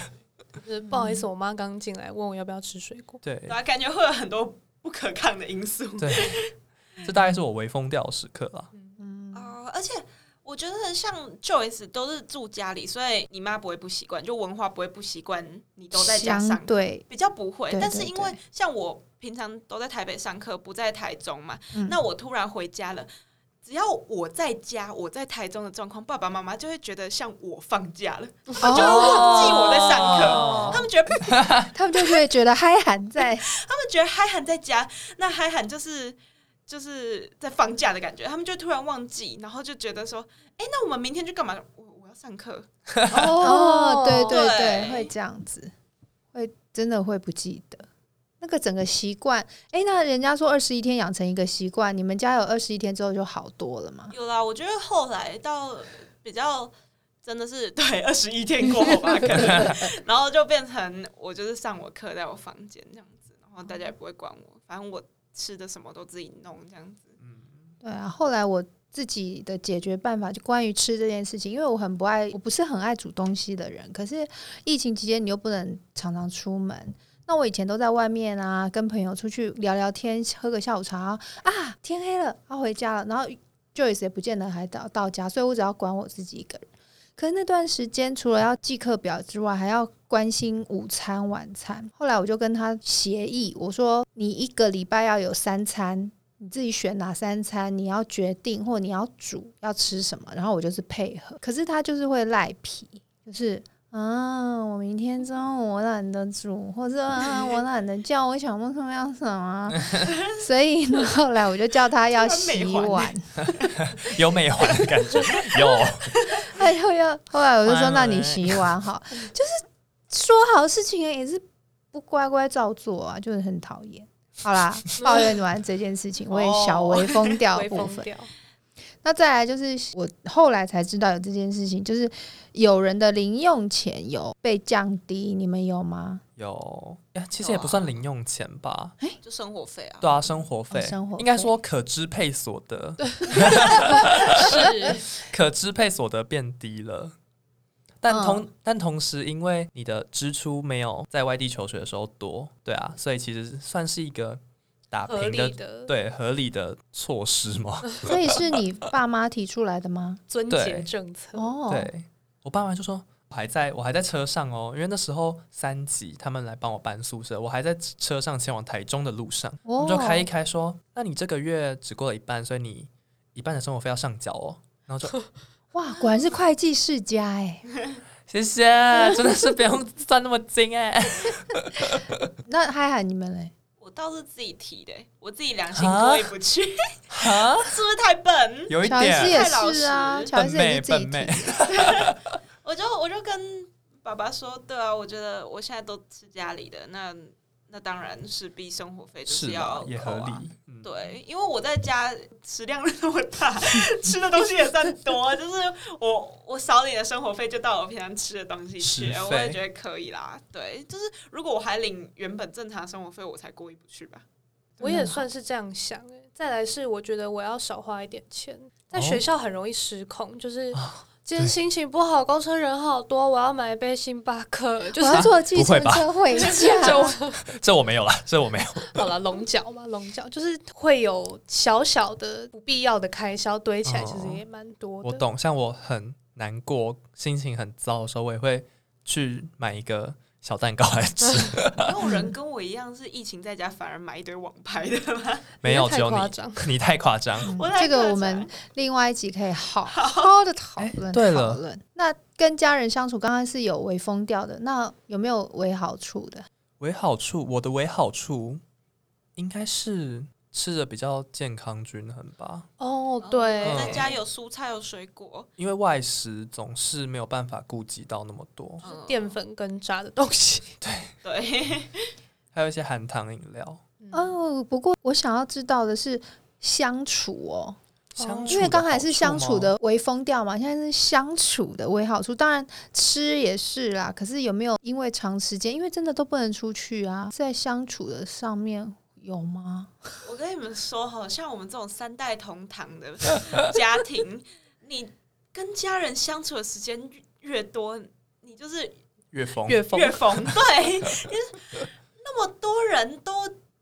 就是嗯不好意思，我妈刚进来问我要不要吃水果。
对
对啊，感觉会有很多不可抗的因素。
对，这大概是我微疯掉的时刻了。
嗯，
哦，而且我觉得像 Joyce 都是住家里，所以你妈不会不习惯，就文化不会不习惯你都在家上
相
课，
对
比较不会。
对
但
对
是因为
对
像我平常都在台北上课，不在台中嘛，
嗯
那我突然回家了。只要我在家，我在台中的状况，爸爸妈妈就会觉得像我放假了，
哦
就会忘记我在上课。
哦
他们觉得
他们就会觉得嗨韩在，
他们觉得嗨喊在家，那嗨喊就是就是在放假的感觉，他们就突然忘记，然后就觉得说，哎、那我们明天去干嘛？我我要上课，
哦，对对
对
对，会这样子，会真的会不记得那个整个习惯。哎，那人家说二十一天养成一个习惯，你们家有二十一天之后就好多了吗？
有啦，我觉得后来到比较真的是 对二十一天过 后吧，可能，然后就变成我就是上我课，在我房间这样子，然后大家也不会管我，反正我吃的什么都自己弄这样子。
对啊，后来我自己的解决办法就关于吃这件事情，因为我很不爱，我不是很爱煮东西的人。可是疫情期间你又不能常常出门，那我以前都在外面啊，跟朋友出去聊聊天，喝个下午茶啊，天黑了要、回家了，然后 Joyce 也不见得还到到家，所以我只要管我自己一个人。可是那段时间，除了要记课表之外，还要关心午餐、晚餐。后来我就跟他协议，我说你一个礼拜要有三餐，你自己选哪三餐，你要决定或你要煮要吃什么，然后我就是配合。可是他就是会赖皮，就是啊，我明天中午我懒得煮，或者啊 我懒得叫，我想问他们要什么，啊 所以呢后来我就叫他要
突然
洗
美环
碗，
有美环的感觉， 有。
哎呦呀！后来我就说，
完
那
了
你洗碗好， 就是说好事情也是不乖乖照做啊，就是很讨厌。好啦，抱怨完这件事情，我也小微疯掉的
微
部
疯
分。
掉，
那再来就是我后来才知道有这件事情，就是有人的零用钱有被降低，你们有吗？
有，呀其实也不算零用钱吧，
就生活费啊，
对啊，生活费，
哦生活费
应该说可支配所得，
啊
是
可支配所得变低了。但
嗯
同、但同时，因为你的支出没有在外地求学的时候多，对啊，所以其实算是一个打
合
啊平
理
的，
的
对合理的措施嘛。
所以是你爸妈提出来的吗？
尊
对
节政策。
哦，
对我爸妈就说：“啊，还在我还在车上哦，因为那时候三级他们来帮我搬宿舍，我还在车上前往台中的路上，我
哦
们就开一开说，那你这个月只过了一半，所以你一半的生活费要上缴哦。然后就
哇，果然是会计世家哎。
谢谢，真的是不用算那么精哎、
那嗨嗨，你们嘞？
我倒是自己提的、我自己良心过意不 去，是
哈，
不是太笨？
有一
乔伊斯
点
也
太老
是啊，
实
乔伊
笨
斯也
妹
是自己
笨
提
妹，
我就我就跟爸爸说，对啊，我觉得我现在都是家里的，那那当然势必生活费就是要
啊，也
扣
合
啊
理。嗯，
对，因为我在家食量那么 大，吃的东西也算多，就是我我少点的生活费就到我平常吃的东西去
食，
我也
费
觉得可以啦。对，就是如果我还领原本正常生活费，我才过意不 去吧。
我也算是这样想、欸。再来是我觉得我要少花一点钱，
哦
在学校很容易失控，就是今天心情不好，公车人好多，我要买一杯星巴克，就
我
是
要坐计
不会
程
吧
车回家。
这我没有啦，这我没有。
好了，龙角嘛，龙角就是会有小小的不必要的开销堆起来，
哦
其实也蛮多的。
我懂，像我很难过、心情很糟的时候，我也会去买一个小蛋糕来吃。
没有人跟我一样是疫情在家，反而买一堆网拍的吗？
没有，
太
只有你
夸张，
你太夸张。
嗯
我来
这个
看
我
起来
们另外一集可以好好的讨论
哎对了
讨论。那跟家人相处，刚刚是有微风调的，那有没有微好处的？
为好处，我的为好处应该是吃的比较健康均衡吧，
哦，对，
嗯
在家有蔬菜有水果，
因为外食总是没有办法顾及到那么多，
嗯
淀粉跟渣的东西。
对，
还有一些含糖饮料。
嗯
哦，不过我想要知道的是相处哦，
相处
因为刚才是
的好
相
吗
处，的微风调嘛，现在是相处的微好处。当然吃也是啦，可是有没有因为长时间，因为真的都不能出去啊，在相处的上面有吗？
我跟你们说哈，像我们这种三代同堂的家庭，你跟家人相处的时间越越多，你就是
越疯
越疯
越疯，对，就是那么多人都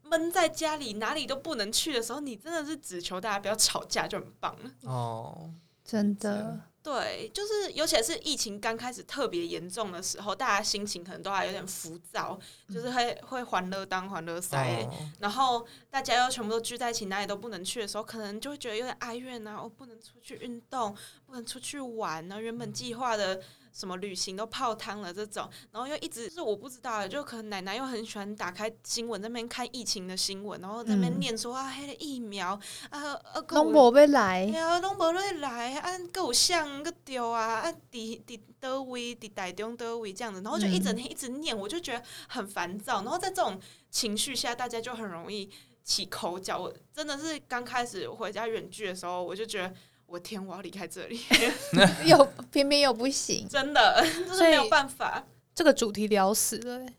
闷在家里，哪里都不能去的时候，你真的是只求大家不要吵架就很棒了。
哦，
真的，
对，就是尤其是疫情刚开始特别严重的时候，大家心情可能都还有点浮躁，就是会会欢乐当欢乐塞、
哦
然后大家又全部都聚在一起，哪里都不能去的时候，可能就会觉得有点哀怨啊，我、不能出去运动，不能出去玩啊，原本计划的什么旅行都泡汤了这种，然后又一直就是我不知道啊，就可能奶奶又很喜欢打开新闻在那边看疫情的新闻，然后在那边
嗯
念说、啊，黑的疫苗啊，啊，还有
龙伯被
哎
来，
呀，拢无咧来，啊，各有像个丢啊，啊，伫伫倒位，伫台中倒位这样子，然后就一整天一直念，我就觉得很烦躁。然后在这种情绪下，大家就很容易起口角。我真的是刚开始回家远距的时候，我就觉得。我天！我要离开这里，
又偏偏又不行。
真的， 就是没有办法。
这个主题聊死了欸、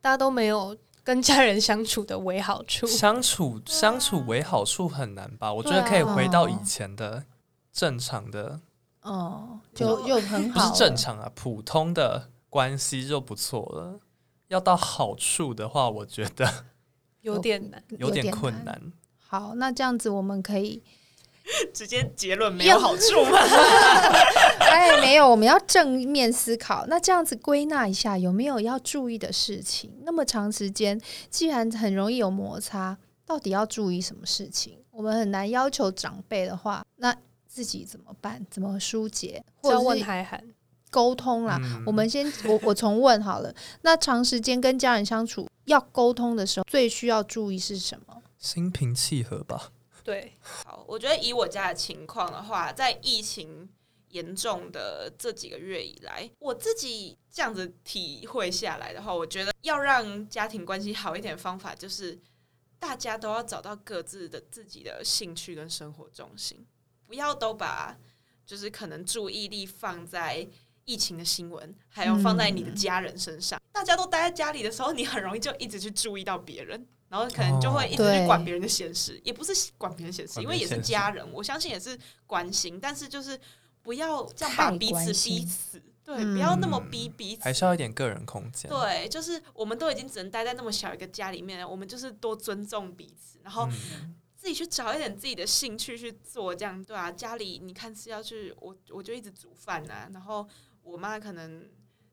大家都没有跟家人相处的为好处。
相处相处为好处很难吧？我觉得可以回到
啊
以前的正常的，
哦，就又很
嗯不
好
是
了，
正常啊，普通的关系就不错了。要到好处的话，我觉 得
有点难，
有点困。难。
好，那这样子我们可以，
直接结论没有好处吗？
哎，没有，我们要正面思考。那这样子归纳一下，有没有要注意的事情？那么长时间，既然很容易有摩擦，到底要注意什么事情？我们很难要求长辈的话，那自己怎么办？怎么疏解？或
要
者
问
是
海涵，
沟通啦？
嗯
啊我们先，我我重问好了。那长时间跟家人相处，要沟通的时候，最需要注意是什么？
心平气和吧。
对，
好，我觉得以我家的情况的话，在疫情严重的这几个月以来，我自己这样子体会下来的话，我觉得要让家庭关系好一点的方法就是，大家都要找到各自的自己的兴趣跟生活重心，不要都把就是可能注意力放在。疫情的新闻，还有放在你的家人身上。大家都待在家里的时候，你很容易就一直去注意到别人，然后可能就会一直
哦
去
对
管别人的闲事，也不是管别人闲事，
管
因
别人
为也是
闲事
家人，我相信也是关心，但是就是不要这样把
太
彼
关
此
心
逼死，对，
嗯
不要那么逼彼此。
还是要一点个人空间。
对，就是我们都已经只能待在那么小一个家里面了，我们就是多尊重彼此，然后
嗯，
自己去找一点自己的兴趣去做，这样对啊。家里你看是要去，我我就一直煮饭啊，然后我妈可能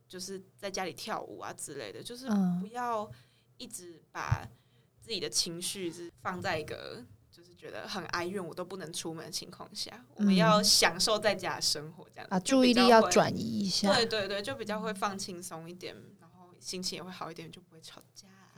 就是在家里跳舞啊之类的，就是
嗯
不要一直把自己的情绪是放在一个就是觉得很哀怨，我都不能出门的情况下，我们
嗯
要享受在家的生活，这样
把
就
注意
比
力
较
要
会
转移一下。
对对对，就比较会放轻松一点，然后心情也会好一点，就不会吵架。啊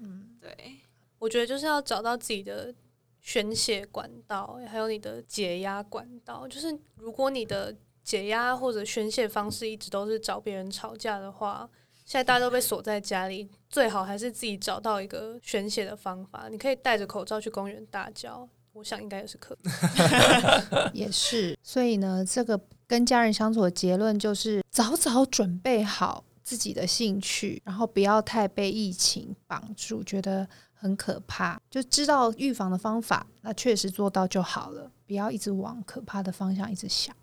嗯
对，
我觉得就是要找到自己的宣泄管道，还有你的解压管道。就是如果你的解压或者宣泄方式一直都是找别人吵架的话，现在大家都被锁在家里，最好还是自己找到一个宣泄的方法。你可以戴着口罩去公园大叫，我想应该也是可以。
也是。所以呢，这个跟家人相处的结论就是，早早准备好自己的兴趣，然后不要太被疫情绑住，觉得很可怕。就知道预防的方法，那确实做到就好了，不要一直往可怕的方向一直想。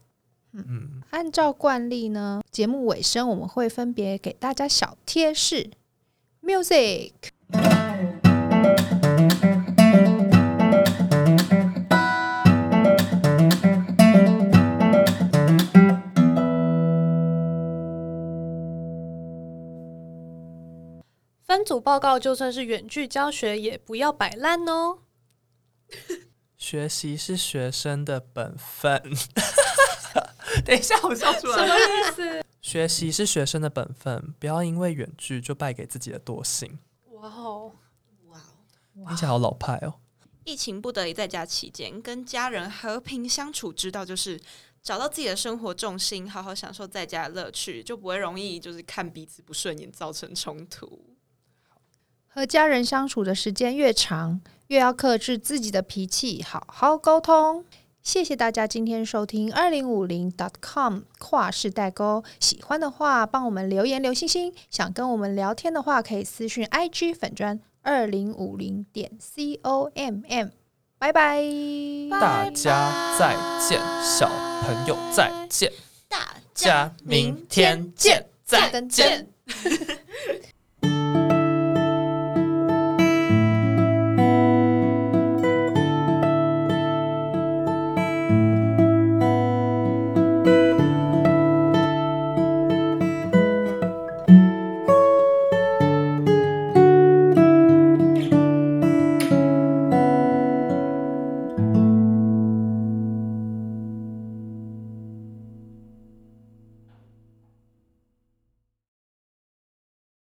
嗯，
按照惯例呢，节目尾声我们会分别给大家小贴士。Music，
分组报告就算是远距教学，也不要摆烂哦。
学习是学生的本分。 等一下，我笑出来。
意思？
学习是学生的本分，不要因为远距就败给自己的惰性。
哇哦！
哇哦。
听起来好老派哦。
疫情不得已在家期间，跟家人和平相处之道就是找到自己的生活重心，好好享受在家的乐趣，就不会容易就是看彼此不顺眼造成冲突。
和家人相处的时间越长，越要克制自己的脾气，好好沟通。谢谢大家今天收听二零五零 .com 跨世代沟，喜欢的话帮我们留言留星星，想跟我们聊天的话可以私讯 IG 粉砖二零五零点 com，拜拜。
大家再见，小朋友再见，
大
家明天见，再
再见
见。